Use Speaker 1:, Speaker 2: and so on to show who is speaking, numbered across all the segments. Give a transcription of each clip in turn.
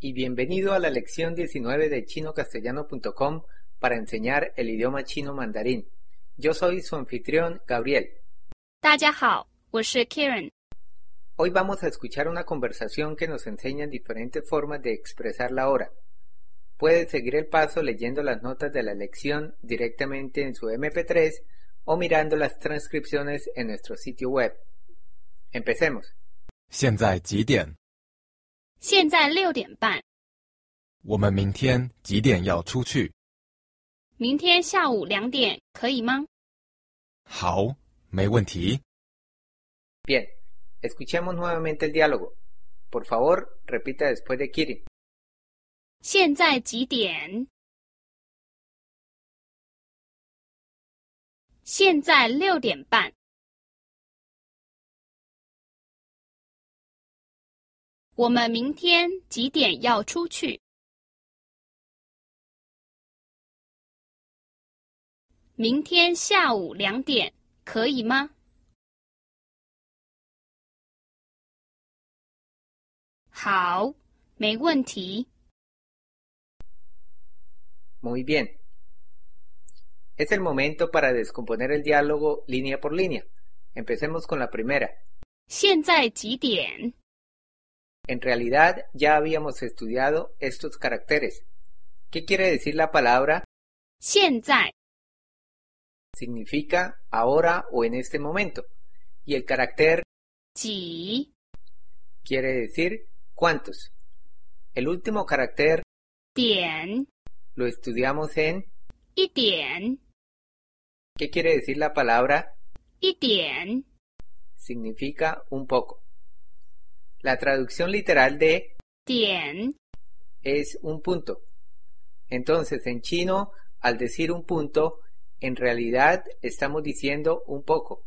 Speaker 1: y bienvenido a la lección 19 de chinocastellano.com para enseñar el idioma chino mandarín. Yo soy su anfitrión, Gabriel.
Speaker 2: 大家好，我是 Karen。
Speaker 1: Hoy vamos a escuchar una conversación que nos enseña diferentes formas de expresar la hora. Puedes seguir el paso leyendo las notas de la lección directamente en su MP3 o mirando las transcripciones en nuestro sitio web. Empecemos.
Speaker 3: 现在几点？
Speaker 2: 现在六点半，
Speaker 3: 我们明天几点要出去？
Speaker 2: 明天下午两点可以吗？
Speaker 3: 好，没问题。
Speaker 1: Bien, escuchemos nuevamente el diálogo. Por favor, repita después de Kirin.
Speaker 2: 现在几点？现在六点半。我们明天几点要出去？明天下午两点可以吗？好，没问题。
Speaker 1: Muy bien. Es el momento para descomponer el diálogo línea por línea. Empecemos con la primera.
Speaker 2: 现在几点？
Speaker 1: En realidad ya habíamos estudiado estos caracteres. ¿Qué quiere decir la palabra?
Speaker 2: 现在
Speaker 1: Significa ahora o en este momento. Y el carácter
Speaker 2: 几？
Speaker 1: quiere decir cuántos. El último carácter
Speaker 2: 点
Speaker 1: lo estudiamos en
Speaker 2: 一点
Speaker 1: ¿qué quiere decir la palabra?
Speaker 2: 一点，
Speaker 1: Significa un poco. La traducción literal de
Speaker 2: 点
Speaker 1: es un punto. Entonces, en chino, al decir un punto, en realidad estamos diciendo un poco.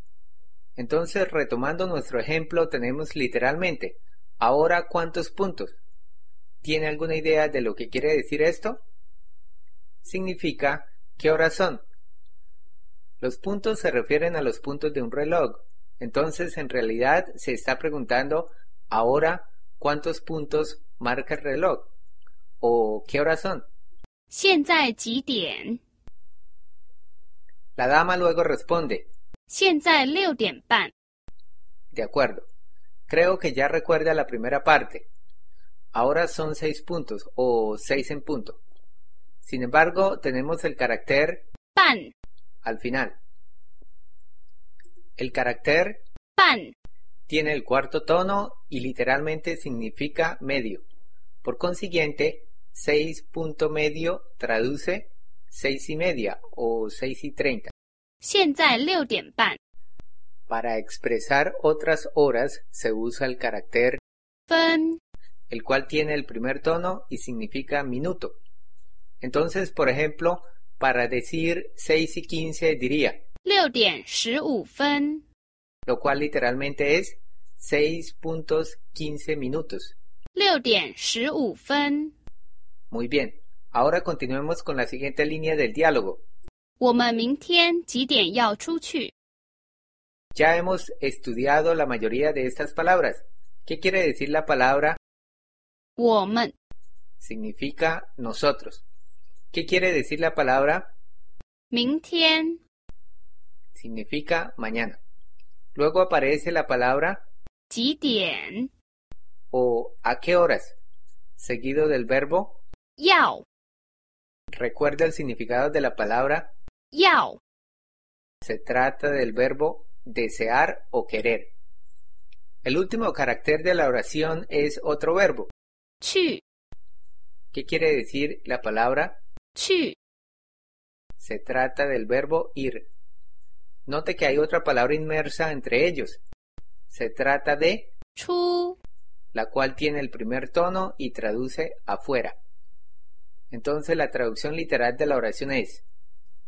Speaker 1: Entonces, retomando nuestro ejemplo, tenemos literalmente, ahora cuántos puntos. ¿Tiene alguna idea de lo que quiere decir esto? Significa, ¿qué horas son? Los puntos se refieren a los puntos de un reloj. Entonces, en realidad, se está preguntando ahora cuántos puntos marca el reloj o qué horas son.
Speaker 2: 现在几点？
Speaker 1: La dama luego responde,
Speaker 2: 现在六点半。
Speaker 1: de acuerdo. Creo que ya recuerda la primera parte. Ahora son seis puntos o seis en punto. Sin embargo, tenemos el carácter
Speaker 2: 半
Speaker 1: al final. El carácter
Speaker 2: 半
Speaker 1: tiene el cuarto tono y literalmente significa medio. Por consiguiente, 6 punto medio traduce 6 y media o 6 y 30.
Speaker 2: 现在六点半
Speaker 1: Para expresar otras horas se usa el carácter,
Speaker 2: 分
Speaker 1: el cual tiene el primer tono y significa minuto. Entonces, por ejemplo, para decir 6 y 15 diría,
Speaker 2: 六点十五分。
Speaker 1: lo cual literalmente es 6 puntos 15 minutos.
Speaker 2: 六点十五分，
Speaker 1: Muy bien. Ahora continuemos con la siguiente línea del diálogo.
Speaker 2: 我们明天几点要出去？
Speaker 1: Ya hemos estudiado la mayoría de estas palabras. ¿Qué quiere decir la palabra?
Speaker 2: 我们
Speaker 1: Significa nosotros. ¿Qué quiere decir la palabra?
Speaker 2: 明天
Speaker 1: Significa mañana. Luego aparece la palabra
Speaker 2: 几点
Speaker 1: o a qué horas, seguido del verbo.
Speaker 2: 要
Speaker 1: Recuerda el significado de la palabra.
Speaker 2: 要
Speaker 1: Se trata del verbo desear o querer. El último carácter de la oración es otro verbo.
Speaker 2: 去
Speaker 1: ¿Qué quiere decir la palabra?
Speaker 2: 去
Speaker 1: Se trata del verbo ir. Note que hay otra palabra inmersa entre ellos. Se trata de,
Speaker 2: 出
Speaker 1: la cual tiene el primer tono y traduce afuera. Entonces la traducción literal de la oración es,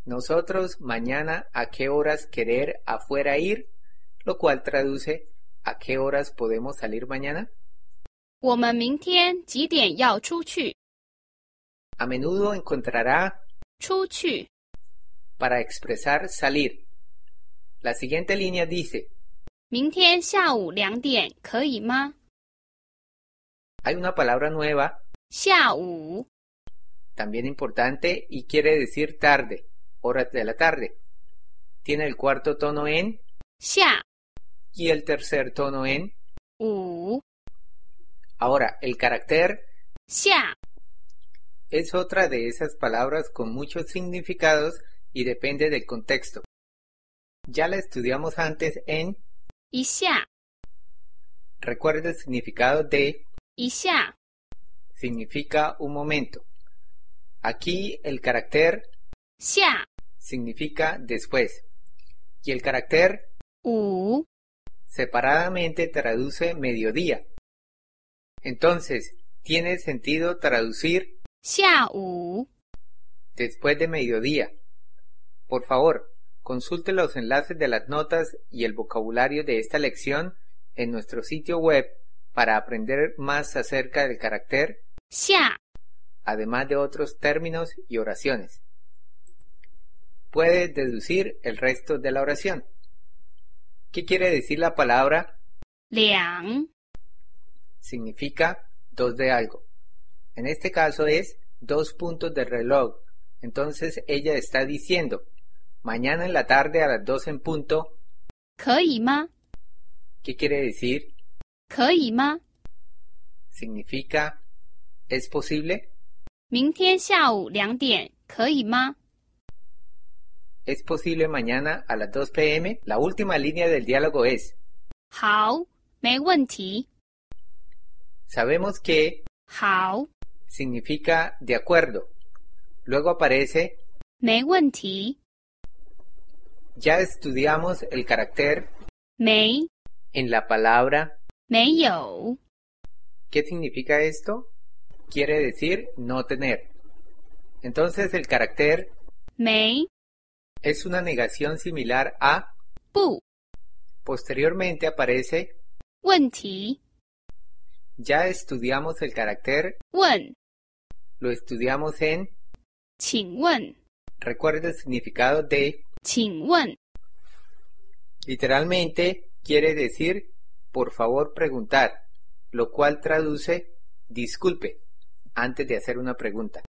Speaker 1: nosotros mañana a qué horas querer afuera ir, lo cual traduce a qué horas podemos salir mañana.
Speaker 2: 我们明天几点要出去？
Speaker 1: A menudo encontrará
Speaker 2: 出去
Speaker 1: para expresar salir. La siguiente línea dice,
Speaker 2: 明天下午两点可以吗？
Speaker 1: hay una palabra nueva
Speaker 2: 下午、
Speaker 1: también importante y quiere decir tarde, horas de la tarde. Tiene el cuarto tono en
Speaker 2: 下
Speaker 1: y el tercer tono en.
Speaker 2: 午、
Speaker 1: Ahora, el carácter
Speaker 2: 下
Speaker 1: es otra de esas palabras con muchos significados y depende del contexto. Ya la estudiamos antes en
Speaker 2: 一下
Speaker 1: recuerda el significado de
Speaker 2: 一下
Speaker 1: significa un momento. Aquí el carácter
Speaker 2: 下
Speaker 1: significa después y el carácter
Speaker 2: 午、
Speaker 1: separadamente traduce mediodía. Entonces, tiene sentido traducir
Speaker 2: 下午、
Speaker 1: después de mediodía. Por favor, consulte los enlaces de las notas y el vocabulario de esta lección en nuestro sitio web para aprender más acerca del carácter,
Speaker 2: 下
Speaker 1: además de otros términos y oraciones. Puedes deducir el resto de la oración. ¿Qué quiere decir la palabra
Speaker 2: 两
Speaker 1: significa dos de algo. En este caso es dos puntos de reloj. Entonces ella está diciendo, mañana en la tarde a las dos en punto,
Speaker 2: 可以吗？
Speaker 1: ¿qué quiere decir?
Speaker 2: 可以吗？
Speaker 1: Significa, ¿es posible?
Speaker 2: 明天下午两点可以吗？
Speaker 1: ¿Es posible mañana a las 2 pm? La última línea del diálogo es,
Speaker 2: 好，没问题。
Speaker 1: sabemos que
Speaker 2: 好，
Speaker 1: significa de acuerdo. Luego aparece,
Speaker 2: 没问题。
Speaker 1: ya estudiamos el carácter
Speaker 2: 没，
Speaker 1: en la palabra
Speaker 2: 没有。
Speaker 1: ¿Qué significa esto? Quiere decir no tener. Entonces el carácter
Speaker 2: 没，
Speaker 1: es una negación similar a,
Speaker 2: 不，
Speaker 1: posteriormente aparece,
Speaker 2: 问题。
Speaker 1: ya estudiamos el carácter,
Speaker 2: 问，
Speaker 1: lo estudiamos en,
Speaker 2: 请问，
Speaker 1: recuerda el significado de,
Speaker 2: 请问，
Speaker 1: literalmente quiere decir por favor preguntar, lo cual traduce disculpe antes de hacer una pregunta.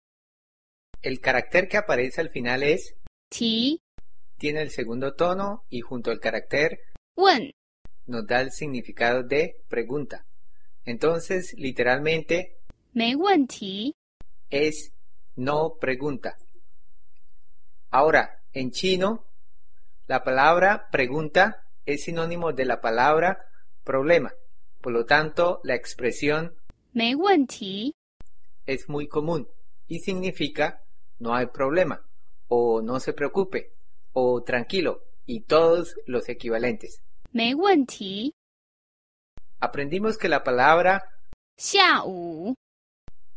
Speaker 1: El carácter que aparece al final es,
Speaker 2: 提
Speaker 1: tiene el segundo tono y junto al carácter
Speaker 2: 问
Speaker 1: nos da el significado de pregunta. Entonces, literalmente
Speaker 2: 没问题。
Speaker 1: es no pregunta. Ahora, en chino, la palabra pregunta es sinónimo de la palabra problema. Por lo tanto, la expresión
Speaker 2: 没问题，
Speaker 1: es muy común y significa no hay problema o no se preocupe o tranquilo y todos los equivalentes.
Speaker 2: 没问题。
Speaker 1: Aprendimos que la palabra
Speaker 2: 下午，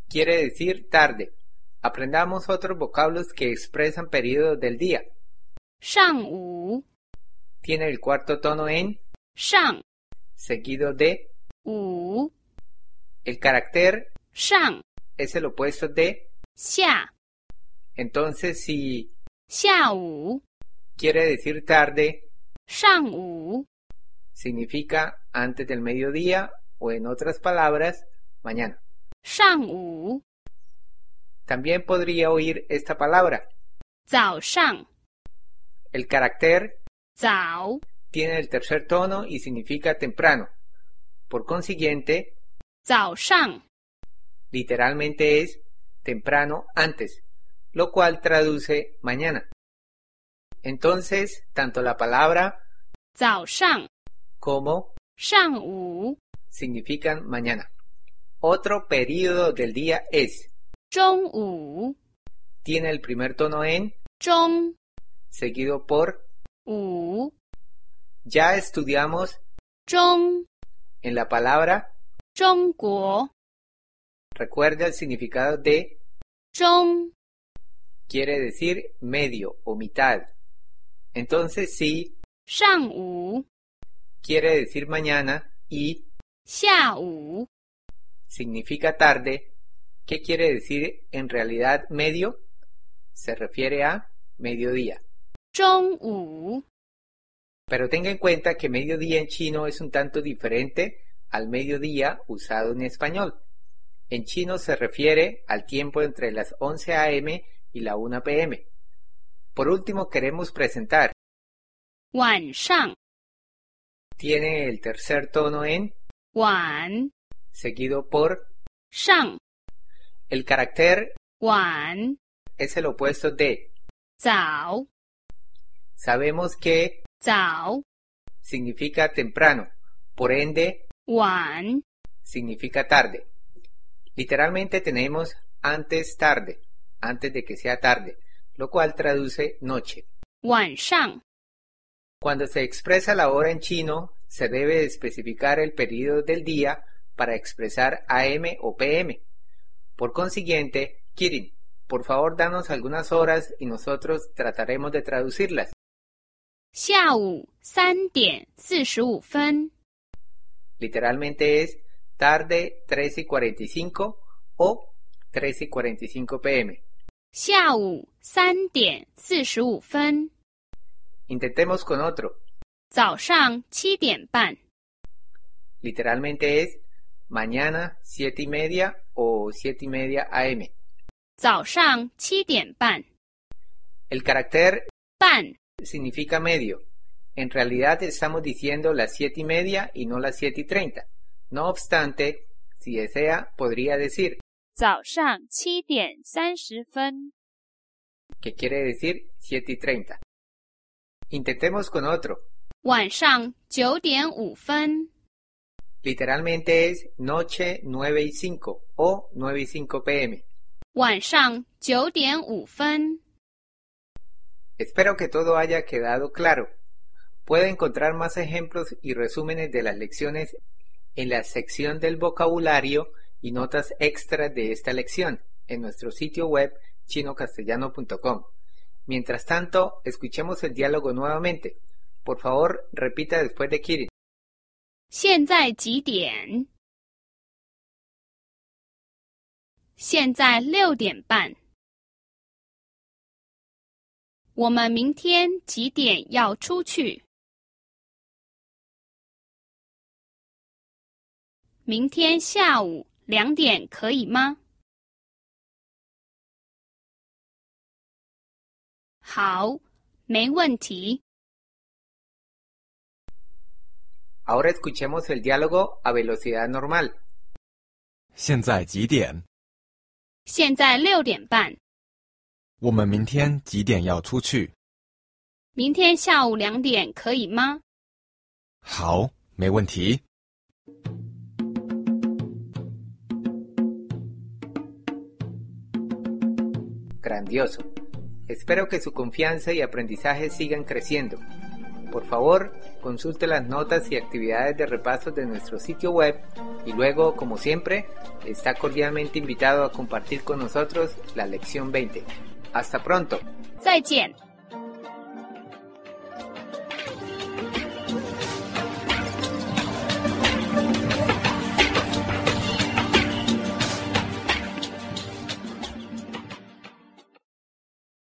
Speaker 1: quiere decir tarde. Aprendamos otros vocablos que expresan periodos del día.
Speaker 2: 上午，
Speaker 1: Tiene el cuarto tono en,
Speaker 2: 上
Speaker 1: seguido de.
Speaker 2: 午，
Speaker 1: El carácter
Speaker 2: 上
Speaker 1: es el opuesto de.
Speaker 2: 下
Speaker 1: Entonces, si
Speaker 2: 下午，
Speaker 1: quiere decir tarde,
Speaker 2: 上午，
Speaker 1: significa antes del mediodía o, en otras palabras, mañana.
Speaker 2: 上午，
Speaker 1: También podría oír esta palabra.
Speaker 2: 早上，
Speaker 1: El carácter
Speaker 2: 早
Speaker 1: tiene el tercer tono y significa temprano. Por consiguiente,
Speaker 2: 早上，
Speaker 1: literalmente es temprano antes, lo cual traduce mañana. Entonces, tanto la palabra
Speaker 2: 早上，
Speaker 1: como
Speaker 2: 上午，
Speaker 1: significan mañana. Otro periodo del día es,
Speaker 2: 中午，
Speaker 1: tiene el primer tono en,
Speaker 2: 中
Speaker 1: seguido por,
Speaker 2: 午，
Speaker 1: ya estudiamos
Speaker 2: 中
Speaker 1: en la palabra,
Speaker 2: 中国，
Speaker 1: recuerda el significado de,
Speaker 2: 中
Speaker 1: quiere decir medio o mitad. Entonces, sí,
Speaker 2: 上午，
Speaker 1: quiere decir mañana y
Speaker 2: 下午，
Speaker 1: significa tarde. ¿Qué quiere decir en realidad medio? Se refiere a mediodía.
Speaker 2: 中午，
Speaker 1: Pero tenga en cuenta que mediodía en chino es un tanto diferente al mediodía usado en español. En chino se refiere al tiempo entre las 11 a.m. y la 1 p.m. Por último, queremos presentar.
Speaker 2: 晚上
Speaker 1: Tiene el tercer tono en,
Speaker 2: 晚
Speaker 1: seguido por.
Speaker 2: 上
Speaker 1: El carácter
Speaker 2: 晚
Speaker 1: es el opuesto de.
Speaker 2: 早
Speaker 1: Sabemos que
Speaker 2: 早
Speaker 1: significa temprano, por ende
Speaker 2: 晚
Speaker 1: significa tarde. Literalmente tenemos antes tarde, antes de que sea tarde, lo cual traduce noche.
Speaker 2: 晚上
Speaker 1: Cuando se expresa la hora en chino, se debe especificar el periodo del día para expresar AM o PM. Por consiguiente, Kirin, por favor danos algunas horas y nosotros trataremos de traducirlas.
Speaker 2: 下午三点四十五分
Speaker 1: Literalmente es tarde 3 y 45 o 3 y 45 pm.
Speaker 2: 下午三点四十五分
Speaker 1: Intentemos con otro.
Speaker 2: 早上七点半
Speaker 1: Literalmente es mañana 7 y media o 7 y media am.
Speaker 2: 早上七点半
Speaker 1: El carácter
Speaker 2: 半
Speaker 1: significa medio. En realidad estamos diciendo las 7 y media y no las 7 y 30. No obstante, si desea, podría decir,
Speaker 2: 早上七点三十分，
Speaker 1: que quiere decir 7 y 30. Intentemos con otro.
Speaker 2: 晚上九点五分，
Speaker 1: Literalmente es noche 9 y 5 o 9 y 5 pm.
Speaker 2: 晚上九点五分，
Speaker 1: Espero que todo haya quedado claro. Puede encontrar más ejemplos y resúmenes de las lecciones en la sección del vocabulario y notas extras de esta lección en nuestro sitio web chinocastellano.com. Mientras tanto, escuchemos el diálogo nuevamente. Por favor, repita después de Kirin.
Speaker 2: 现在几点？现在六点半。我们明天几点要出去？明天下午两点可以吗？好，没问题。
Speaker 1: Ahora escuchemos el diálogo a velocidad normal.
Speaker 3: 现在几点？
Speaker 2: 现在六点半，
Speaker 3: 我们明天几点要出去？
Speaker 2: 明天下午两点可以吗？
Speaker 3: 好，没问题。
Speaker 1: grandioso. Espero que su confianza y aprendizaje sigan creciendo. Por favor, consulte las notas y actividades de repaso de nuestro sitio web y luego, como siempre, está cordialmente invitado a compartir con nosotros la lección 20. Hasta pronto.
Speaker 2: 再见。